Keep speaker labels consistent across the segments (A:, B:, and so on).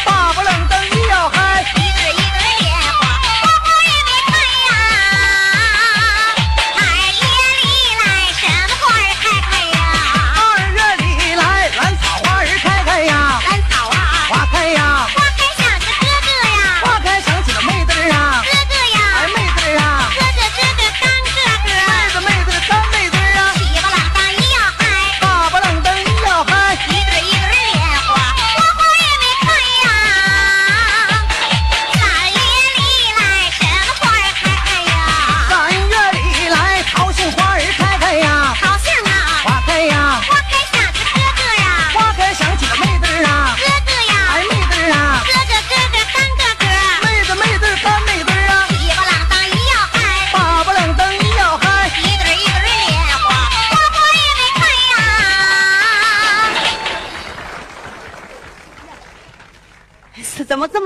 A: 啊哎啊啊哎啊啊哎啊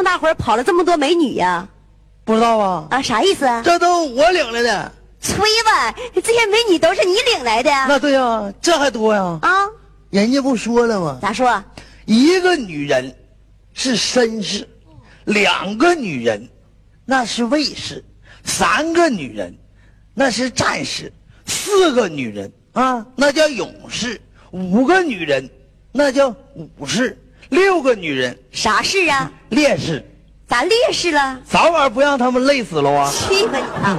B: 大伙儿跑了这么多美女呀、
A: 不知道啊，
B: 啊，啥意思啊？
A: 这都我领来的。
B: 吹吧，这些美女都是你领来的呀？
A: 那对呀、这还多呀、
B: 啊，
A: 人家不说了吗？
B: 咋说？
A: 一个女人是绅士，两个女人那是卫士，三个女人那是战士，四个女人啊那叫勇士，五个女人那叫武士，六个女人
B: 啥事啊？
A: 烈士。
B: 咋烈士了？
A: 早晚不让他们累死了啊！
B: 去吧你啊！